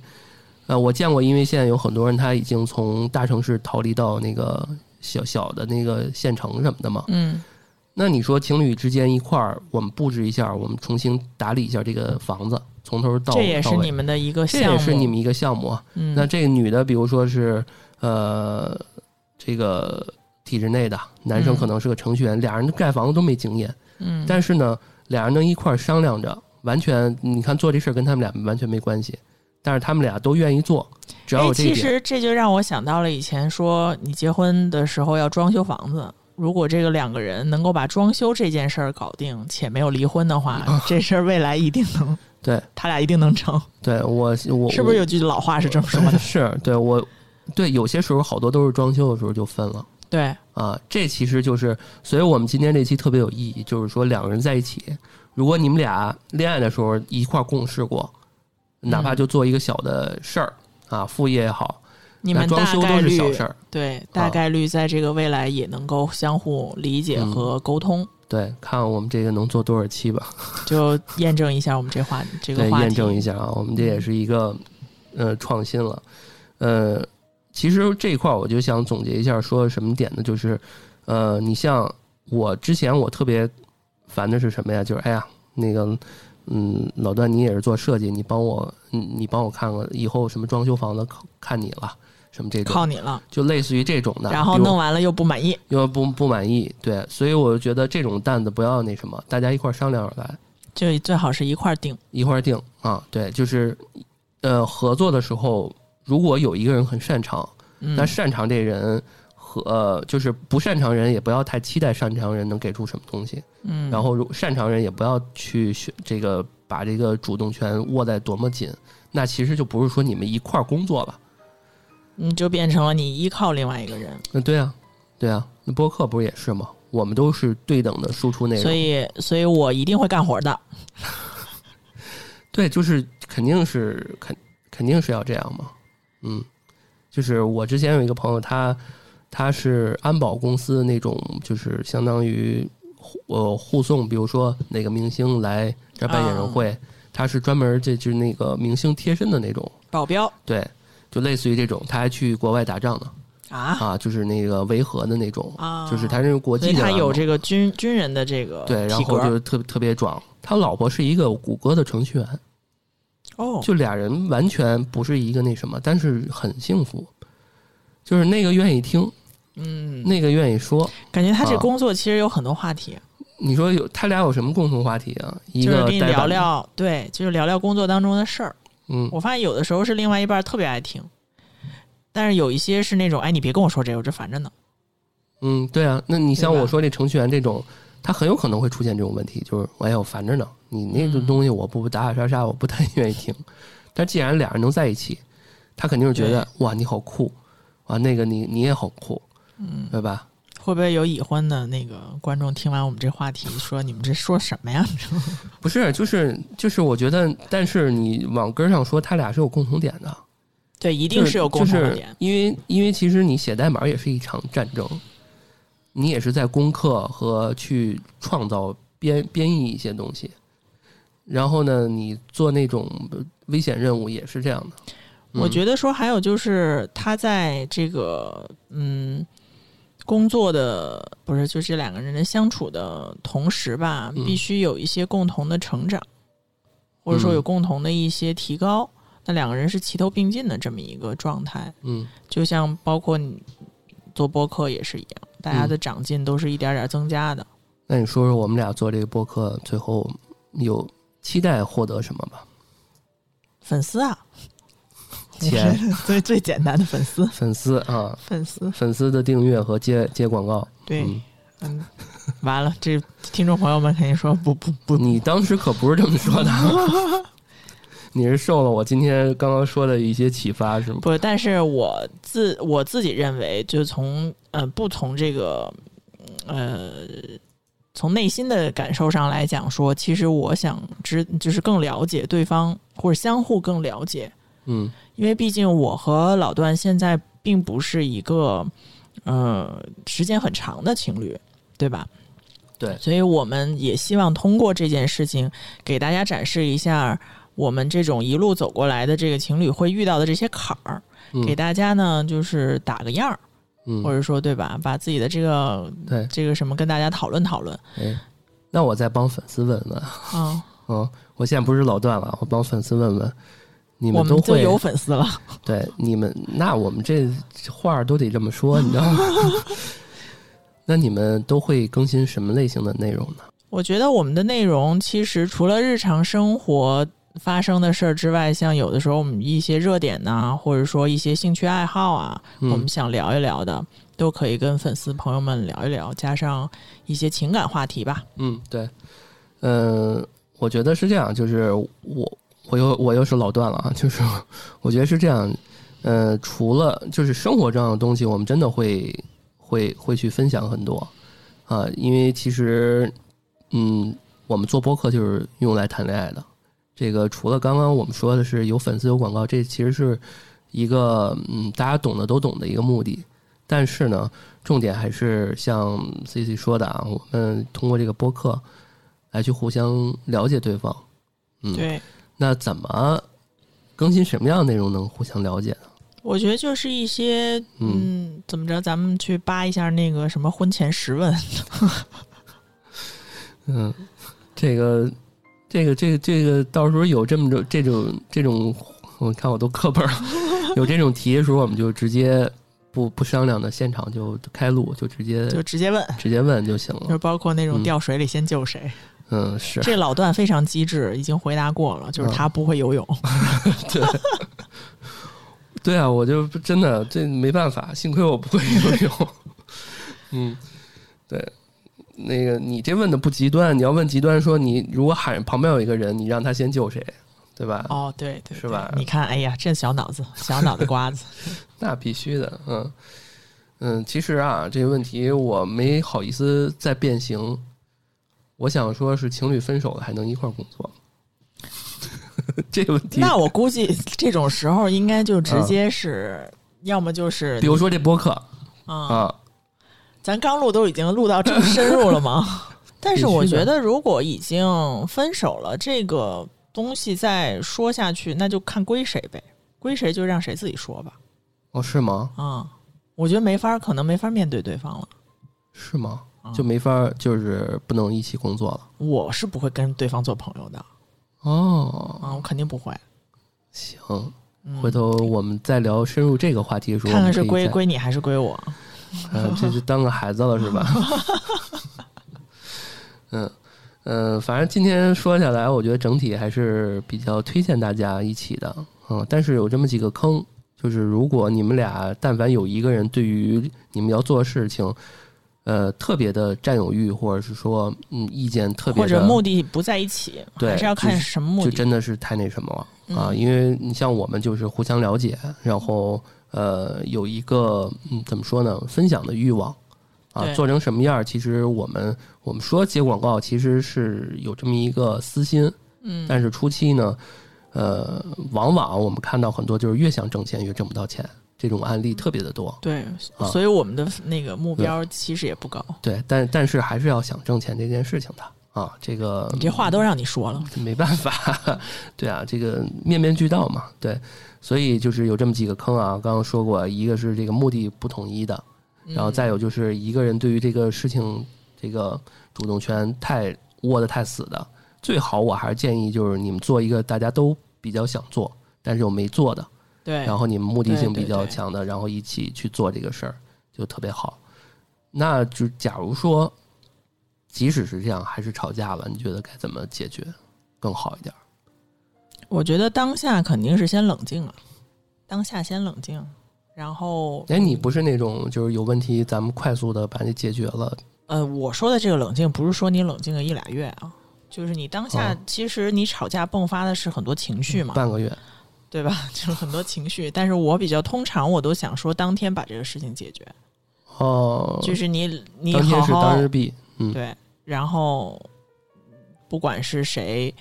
呃，我见过，因为现在有很多人他已经从大城市逃离到那个小小的那个县城什么的嘛。
嗯
那你说情侣之间一块儿，我们布置一下，我们重新打理一下这个房子，从头到
这也
到
是
尾
你们的一个
这
项目，
也是你们一个项目啊。
嗯
那这个女的，比如说是呃，这个体制内的男生，
嗯
可能是个程序员，俩人盖房子都没经验，
嗯，
但是呢，俩人能一块儿商量着，完全你看做这事儿跟他们俩完全没关系，但是他们俩都愿意做，只要
哎，
有这
其
一点，
实这就让我想到了以前说，你结婚的时候要装修房子。如果这个两个人能够把装修这件事儿搞定，且没有离婚的话，
啊
这事儿未来一定能，
对
他俩一定能成。
对我我
是不是有句老话是这么说
我
的？
是对我对有些时候好多都是装修的时候就分了。
对，
啊，这其实就是，所以我们今天这期特别有意义，就是说两个人在一起，如果你们俩恋爱的时候一块儿共事过，哪怕
嗯
就做一个小的事儿啊，副业也好，
你们
那装
大
修都
概
是
率
小事儿，
对，大概率在这个未来也能够相互理解
嗯
和沟通，
对，看我们这个能做多少期吧，
就验证一下我们这话这个
对，
话题。嗯
验证一下啊，我们这也是一个呃创新了，呃，其实这一块儿我就想总结一下，说什么点呢？就是呃，你像我之前我特别烦的是什么呀？就是哎呀，那个嗯，老段你也是做设计，你帮我你你帮我看看以后什么装修房子靠看你了，什么这种，
靠你了，
就类似于这种的，
然后
比如
弄完了又不满意，
因为不不满意，对，所以我就觉得这种担子不要那什么，大家一块儿商量着来。
就最好是一块儿定。
一块儿定啊，对，就是呃，合作的时候，如果有一个人很擅长，
嗯
那擅长这人和、呃、就是不擅长人也不要太期待擅长人能给出什么东西，
嗯，
然后如擅长人也不要去选这个把这个主动权握在多么紧，那其实就不是说你们一块儿工作了，
你嗯就变成了你依靠另外一个人。
嗯，对啊，对啊，那播客不是也是吗？我们都是对等的输出内容，
所以，所以我一定会干活的。
对，就是肯定是肯肯定是要这样嘛，嗯，就是我之前有一个朋友，他他是安保公司那种，就是相当于护呃护送，比如说哪个明星来这儿办演唱
啊
会，他是专门这就是那个明星贴身的那种，
保镖
对，就类似于这种，他还去国外打仗呢，
啊
啊，就是那个维和的那种，
啊，
就是他是国
所
际
以
的安保，
他有这个军军人的这个
对，然
体
后
格
就特特别壮，他老婆是一个谷歌的程序员。
哦，
就俩人完全不是一个那什么，但是很幸福，就是那个愿意听，
嗯，
那个愿意说。
感觉他这
啊
工作其实有很多话题，
你说有他俩有什么共同话题啊？一
就是
个
跟你
呆
聊，
板
聊，对，就是聊聊工作当中的事儿。
嗯，
我发现有的时候是另外一半特别爱听，但是有一些是那种，哎，你别跟我说这个，我这烦着呢。
嗯，对啊。那你像
对吧
我说这程序员这种，他很有可能会出现这种问题，就是哎呀，我烦着呢，你那种
嗯
东西我不打打杀杀，我不太愿意 听。但既然俩人能在一起，他肯定是觉得哇，你好酷，哇，那个你你也好酷，嗯，对吧？
会不会有已婚的那个观众听完我们这话题，说你们这说什么呀？
不是，就是就是，我觉得，但是你往根儿上说，他俩是有共同点的，
对，一
一
定是有共同的
就是
点。
因为因为其实你写代码也是一场战争，你也是在攻克和去创造编编译一些东西，然后呢，你做那种危险任务也是这样的。
我
得
觉得说还有就是他在这个嗯工作的不是就这两个人的相处的同时吧，
嗯
必须有一些共同的成长，或者说
嗯
有共同的一些提高。那两个人是齐头并进的这么一个状态，
嗯，
就像包括你做播客也是一样，大家
嗯
的长进都是一点点增加的。
那你说说我们俩做这个播客最后有期待获得什么吧？
粉丝啊，
钱、
最最简单的粉丝，
粉丝啊，
粉丝
粉丝的订阅和接接广告。
对，
嗯。
嗯，完了，这听众朋友们肯定说不不不
你当时可不是这么说的， 你是受了我今天刚刚说的一些启发，是吗？
不，但是我自我自己认为，就从呃不从这个嗯呃从内心的感受上来讲说，其实我想知，就是更了解对方，或者相互更了解，
嗯
因为毕竟我和老段现在并不是一个呃时间很长的情侣，对吧？
对
所以我们也希望通过这件事情给大家展示一下我们这种一路走过来的这个情侣会遇到的这些坎儿，
嗯
给大家呢就是打个样儿，
嗯
或者说对吧，把自己的这个
对，
这个什么跟大家讨论讨论
哎，那我再帮粉丝问问，
啊。
嗯，我现在不是老段了，我帮粉丝问问，你
我
们
们
都
就
会
有粉丝了，
对你们，那我们这话儿都得这么说，你 知道吗？那你们都会更新什么类型的内容呢？
我觉得我们的内容其实除了日常生活发生的事儿之外，像有的时候我们一些热点呐、或者说一些兴趣爱好啊，
嗯
我们想聊一聊的，都可以跟粉丝朋友们聊一聊，加上一些情感话题吧。
嗯，对，嗯，我觉得是这样，就是我我又我又是老段了啊，就是 我觉得是这样，呃，除了就是生活上的东西，我们真的会会会去分享很多啊、因为其实嗯，我们做播客就是用来谈恋爱的。这个除了刚刚我们说的是有粉丝有广告，这其实是一个嗯大家懂的都懂的一个目的，但是呢，重点还是像 C C 说的啊，我们通过这个播客来去互相了解对方。嗯，。
对，
那怎么更新什么样的内容能互相了解呢？
我觉得就是一些嗯怎么着，咱们去扒一下那个什么婚前十问，
嗯，这个，这个，这个，这个，到时候有这么种这种这种，我看我都课本了。 有这种题的时候，我们就直接不不商量的，现场就开录，就直接
就直接问，
直接问就行
就
了。
包括那种
嗯
掉水里先救谁。
嗯，是。嗯
这老段非常机智，已经回答过了，就是他不会游泳。
对，对啊，我就真的这没办法， 幸亏我不会游泳。 嗯，对，那个你这问的不极端，你要问极端，说你如果喊旁边有一个人，你让他先救谁，对吧？
哦，对对，
是吧
对你看，哎呀，这小脑子，小脑袋瓜 子，
那必须的，嗯嗯，其实啊，这个问题我没好意思再变形。我想说，是情侣分手了还能一块儿工作， 这个问题。
那我估计这种时候应该就直接是，要么就是
嗯比如说这播客
啊，
啊，
咱刚录都已经录到这么深入了 吗？但是我觉得，如果已经分手了，这个东西再说下去，那就看归谁呗，归谁就让谁自己说吧。
哦，是吗？
啊、我觉得没法儿，可能没法儿面对对方了。
是吗
啊？
就没法儿，就是不能一起工作了。
我是不会跟对方做朋友的
哦，
啊，我肯定不会。
行，
嗯
回头我们再聊深入这个话题的时候，
看看是
我们可以
归
再，
归你还是归我？
嗯，这就当个孩子了是 吧？嗯嗯，反正今天说下来，我觉得整体还是比较推荐大家一起的，嗯，但是有这么几个坑，就是如果你们俩但凡有一个人对于你们要做的事情，呃，特别的占有欲，或者是说，嗯，意见特别
或
的
者目的不在一起，
对
还是要看
就是
什么目
就
的。
真的是太那什么了、啊！
嗯
因为你像我们就是互相了解，然后呃有一个嗯怎么说呢，分享的欲望啊，
对
做成什么样儿，其实我们我们说接广告其实是有这么一个私心，
嗯，
但是初期呢，呃，往往我们看到很多就是越想挣钱越挣不到钱这种案例特别的多。
对，
啊
所以我们的那个目标其实也不高。
对，但但是还是要想挣钱这件事情的啊，这个
你这话都让你说了，
没办法，对啊，这个面面俱到嘛，对，所以就是有这么几个坑啊。刚刚说过，一个是这个目的不统一的，然
嗯
后再有就是一个人对于这个事情这个主动权太握得太死的，最好我还是建议就是你们做一个大家都比较想做，但是又没做的，
对
然后你们目的性
对对
比较
哎对
强的，然后一起去做这个事儿，就特别好。那就假如说，即使是这样，还是吵架了，你觉得该怎么解决更好一点？
我觉得当下肯定是先冷静啊，当下先冷静，然后
哎，你不是那种就是有问题，咱们快速的把你解决了，
呃，我说的这个冷静不是说你冷静个一俩月啊，就是你当下
哦嗯
其实你吵架迸发的是很多情绪嘛，
半个月，
对吧？ 就是很多情绪，但是我比较通常我都想说当天把这个事情解决，
哦，
就是你你
当
好
天事
好
当日毕，嗯，
对，然后不管是谁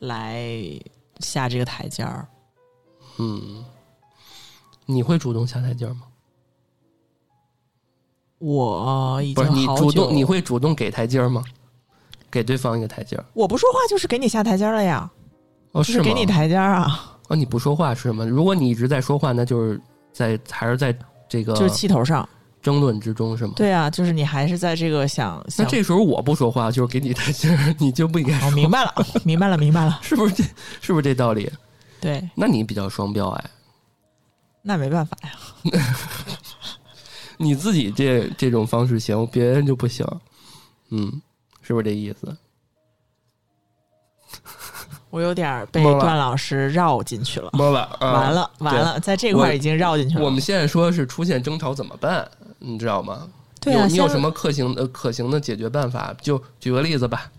来下这个台阶儿，
嗯，你会主动下台阶吗？
我已
不
经
是你
好
主
久
动，你会主动给台阶吗？给对方一个台阶儿
我不说话就是给你下台阶儿了呀，
哦，
就是
吗？
给你台阶儿啊，
哦，你不说话是吗？如果你一直在说话，那就是在还是在这个
就是气头上。
争论之中是吗？
对啊，就是你还是在这个想
那
想。
这时候我不说话，就是给你台阶儿，你就不应该
我
说，
明白了，明白了，明白了。
是不是这是不是这道理？
对，
那你比较双标哎，
那没办法呀。
你自己这这种方式行，别人就不行，嗯，是不是这意思？
我有点儿被
懵了
段老师绕进去了，
猫了，
完了，完了，在这块儿已经绕进去
啊呃我
了。
们现在说是出现争吵怎么办，你知道吗？
对啊，
有你有
现在
什么可行呃可行的解决办法？就举个例子吧，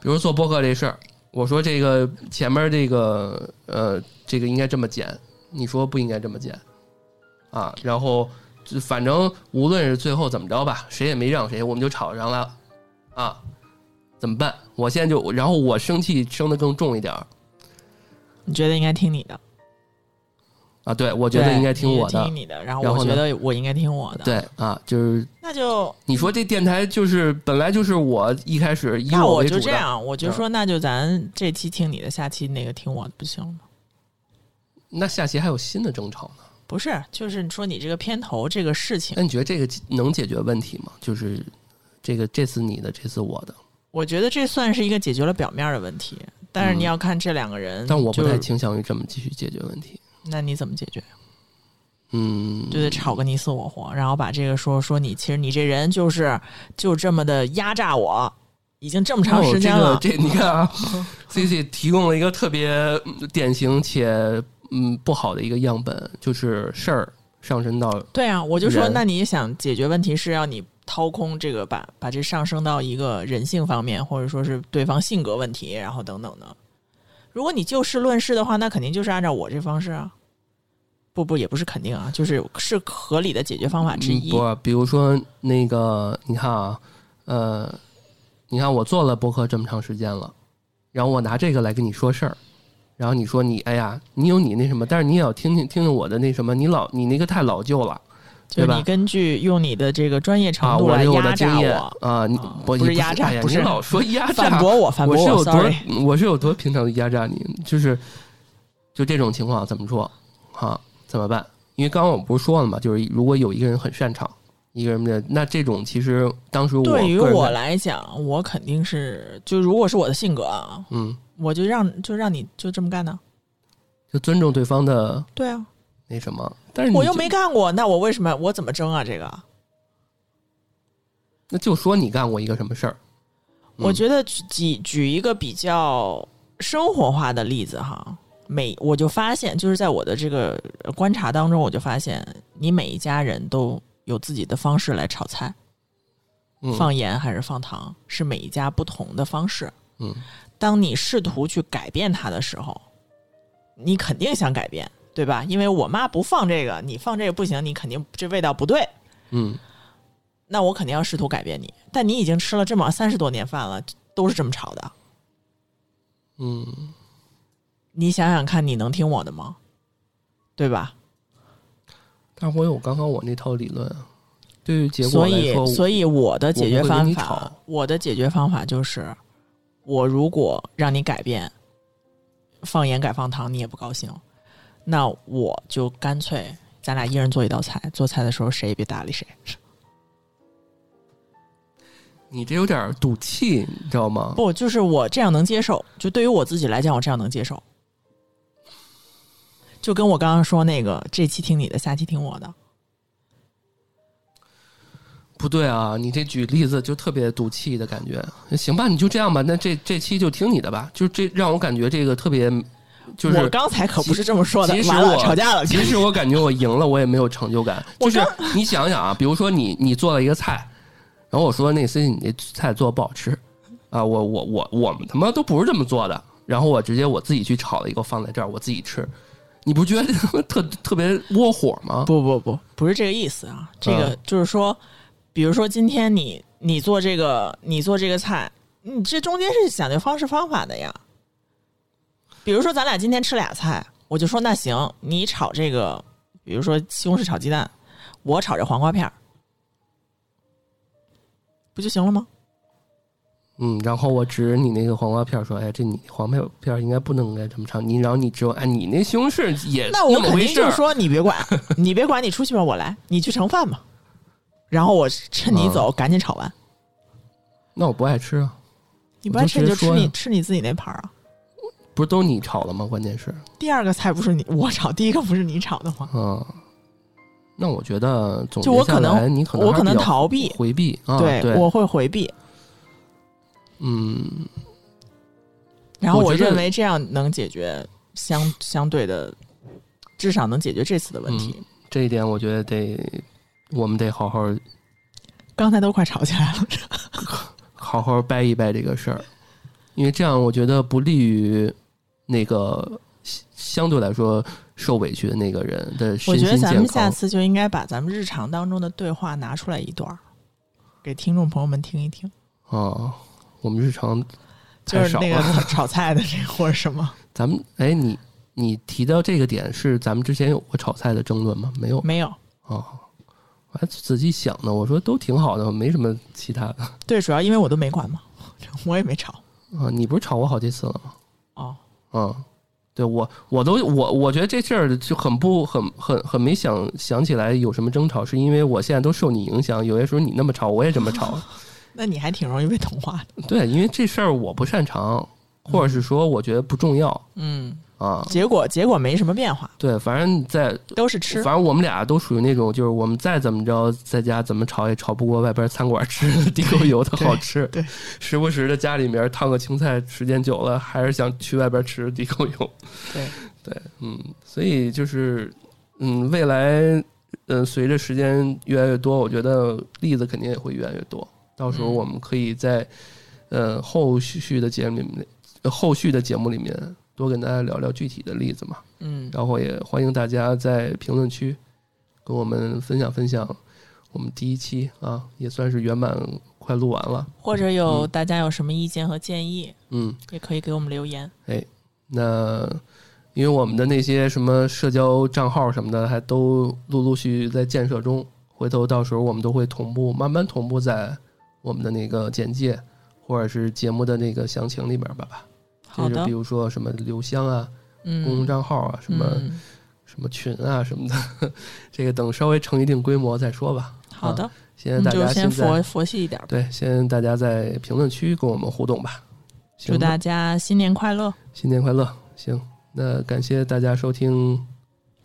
比如做播客这事儿，我说这个前面这个呃这个应该这么剪，你说不应该这么剪啊？然后就反正无论是最后怎么着吧，谁也没让谁，我们就吵上了啊？怎么办？我现在就然后我生气生的更重一点儿
你觉得应该听你的？
啊？对，我觉得
对
应该听
你
我的
听，你的。然后
然
我
后呢
觉得我应该听我的。，
对啊，就是
那就
你说这电台就是本来就是我一开始以
那
我
我
为主
就
的，嗯
这样，我就说那就咱这期听你的，下期那个听我的，不行吗？
那下期还有新的争吵呢。
不是，就是你说你这个片头这个事情，
那你觉得这个能解决问题吗？就是这个这次你的，这次我的，
我觉得这算是一个解决了表面的问题，但是你
嗯
要看这两个人，
但我不太
就
倾向于这么继续解决问题。
那你怎么解决？
嗯，
就得吵个你死我活，然后把这个说说你，其实你这人就是就这么的压榨我，已经这么长时间了。
哦这个、这你看啊，C C 提供了一个特别嗯典型且嗯不好的一个样本，就是事儿上升到
对啊，我就说，
人
那你想解决问题是要你掏空这个，把把这上升到一个人性方面，或者说是对方性格问题，然后等等的。如果你就事论事的话，那肯定就是按照我这方式啊。不不，也不是肯定啊，就是是合理的解决方法之
嗯
一。
不，比如说那个，你看啊，呃，你看我做了播客这么长时间了，然后我拿这个来跟你说事儿，然后你说你哎呀，你有你那什么，但是你也要听听听听我的那什么，你老你那个太老旧了
就
对
是
吧
你根据用你的这个专业
啊，
程度
我
来
有我的
压榨
经验
我，
啊，你
啊
不
不是
你
压榨
哎呀
不是
你老说压榨，
反驳我，反
我
驳
是有多
sorry。
我是有多平常的压榨你，就是就这种情况怎么说啊？怎么办？因为刚刚我不是说了嘛，就是如果有一个人很擅长，一个人的那这种其实当时我
对于
个人
我
看
来讲，我肯定是就如果是我的性格啊，
嗯，
我就让就让你就这么干呢。
就尊重对方的
对啊，
那什么，但是你
我又
就
没干过，那我为什么我怎么争啊？这个，
那就说你干过一个什么事儿，嗯
我觉得举举举一个比较生活化的例子哈，每我就发现就是在我的这个观察当中，我就发现你每一家人都有自己的方式来炒菜，
嗯
放盐还是放糖，是每一家不同的方式。
嗯
当你试图去改变它的时候，你肯定想改变，对吧？因为我妈不放这个，你放这个不行，你肯定这味道不对。
嗯，
那我肯定要试图改变你，但你已经吃了这么三十多年饭了，都是这么炒的。
嗯，
你想想看，你能听我的吗？对吧？
但是我有刚刚我那套理论啊，对于结果
所
来
以
说，，
所以我的解决
我不会跟
方
你
法
吵，
我的解决方法就是，我如果让你改变，放盐改放糖，你也不高兴，那我就干脆咱俩一人做一道菜，做菜的时候谁也别搭理谁。
你这有点赌气，你知道吗？
不，就是我这样能接受，就对于我自己来讲，我这样能接受。就跟我刚刚说那个，这期听你的，下期听我的，
不对啊，你这举例子就特别赌气的感觉。行吧，你就这样吧，那这这期就听你的吧。就这让我感觉这个特别，就
我
是
刚才可不是这么说的
其，实
完了
我
吵架了，嗯
即使我感觉我赢了，我也没有成就感。
我
就是
刚
你想想啊，比如说你你做了一个菜，然后我说那次你那菜做的不好吃啊，我我我我们他妈都不是这么做的，然后我直接我自己去炒了一个放在这儿，我自己吃，你不觉得他妈特特别窝火吗？
不不不，不是这个意思啊，这个
嗯
就是说，比如说今天你你做这个，你做这个菜，你这中间是讲究方式方法的呀。比如说，咱俩今天吃俩菜，我就说那行，你炒这个，比如说西红柿炒鸡蛋，我炒这黄瓜片儿，不就行了吗？
嗯，然后我指你那个黄瓜片儿说：“哎，这你黄瓜片儿应该不能应该这么长。”你然后你指我：“哎，你那西红柿也
那我
呃么
肯
回
定
事
就
儿。
说你 别管，你别管，你出去吧，我来，你去盛饭吧。然后我趁
嗯
你走，赶紧炒完。
那我不爱吃啊，
你不爱吃
我
你
就
就吃
直接说
你
呀
吃你自己那盘儿啊。
不是都你炒了吗？关键是，
第二个菜不是你我炒，第一个不是你炒的吗？
嗯，那我觉得总
就我
结下
可能
来，你可能
我
还
可能
比较
逃避
回避啊，
对，
对，
我会回避。
嗯，
然后
我
我
觉得
认为这样能解决相相对的，至少能解决这次的问题。
这一点我觉得得我们得好好
刚才都快吵起来 了，
好好掰一掰这个事儿，因为这样我觉得不利于那个相相对来说受委屈的那个人的
我
身
觉
心
得咱
健
们下
康。
次就应该把咱们日常当中的对话拿出来一段儿，给听众朋友们听一听，
哦，我们日常
就
太
是
少
那个
了。
炒炒菜的这个或者什 么，
咱们哎，你你提到这个点是咱们之前有过炒菜的争论吗？没有
没有。
哦，我还仔细想呢，我说都挺好的，没什么其他的
对，主要因为我都没管嘛， 我也没吵。
啊。你不是炒过好几次了吗？
哦，
嗯，对我我都我我觉得这事儿就很不很很很没想想起来有什么争吵，是因为我现在都受你影响，有些时候你那么吵，我也这么吵。
那你还挺容易被同化的。
对，因为这事儿我不擅长，或者是说我觉得不重要
嗯，
啊。
结果结果没什么变化，
对，反正你在，
都是吃
反。正我们俩都属于那种，就是我们再怎么着，在家怎么吵也吵不过外边餐馆吃 的地沟油的好吃。
对对
时不时的家里面烫个青菜，时间久了还是想去外边吃地沟油。
对，
嗯，所以就是，嗯，未来，呃，随着时间越来越多，我觉得例子肯定也会越来越多。到时候
嗯
我们可以在，呃，后续的节目里面，呃后续的节目里面多跟大家聊聊具体的例子嘛。
嗯，
然后也欢迎大家在评论区跟我们分享分享我们第一期啊，也算是圆满快录完了。
或者有
嗯
大家有什么意见和建议，
嗯，
也可以给我们留言。
那因为我们的那些什么社交账号什么的，还都陆陆续续在建设中，回头到时候我们都会同步，慢慢同步在我们的那个简介或者是节目的那个详情里边吧吧。
好
就是
的
比，如说什么邮箱啊、
嗯，
公众账号啊、什么、
嗯
什么群啊什么的， 这个等稍微成一定规模再说吧。
好的，
现在
那
大
就
家
先
现在
佛佛系一点吧。
对，先大家在评论区跟我们互动吧。行
祝
吧
大家新年快乐
新年快乐！行，那感谢大家收听。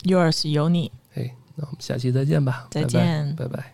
，Yours 有你，
哎，那我们下期再见吧，
再
拜拜
见。
拜拜。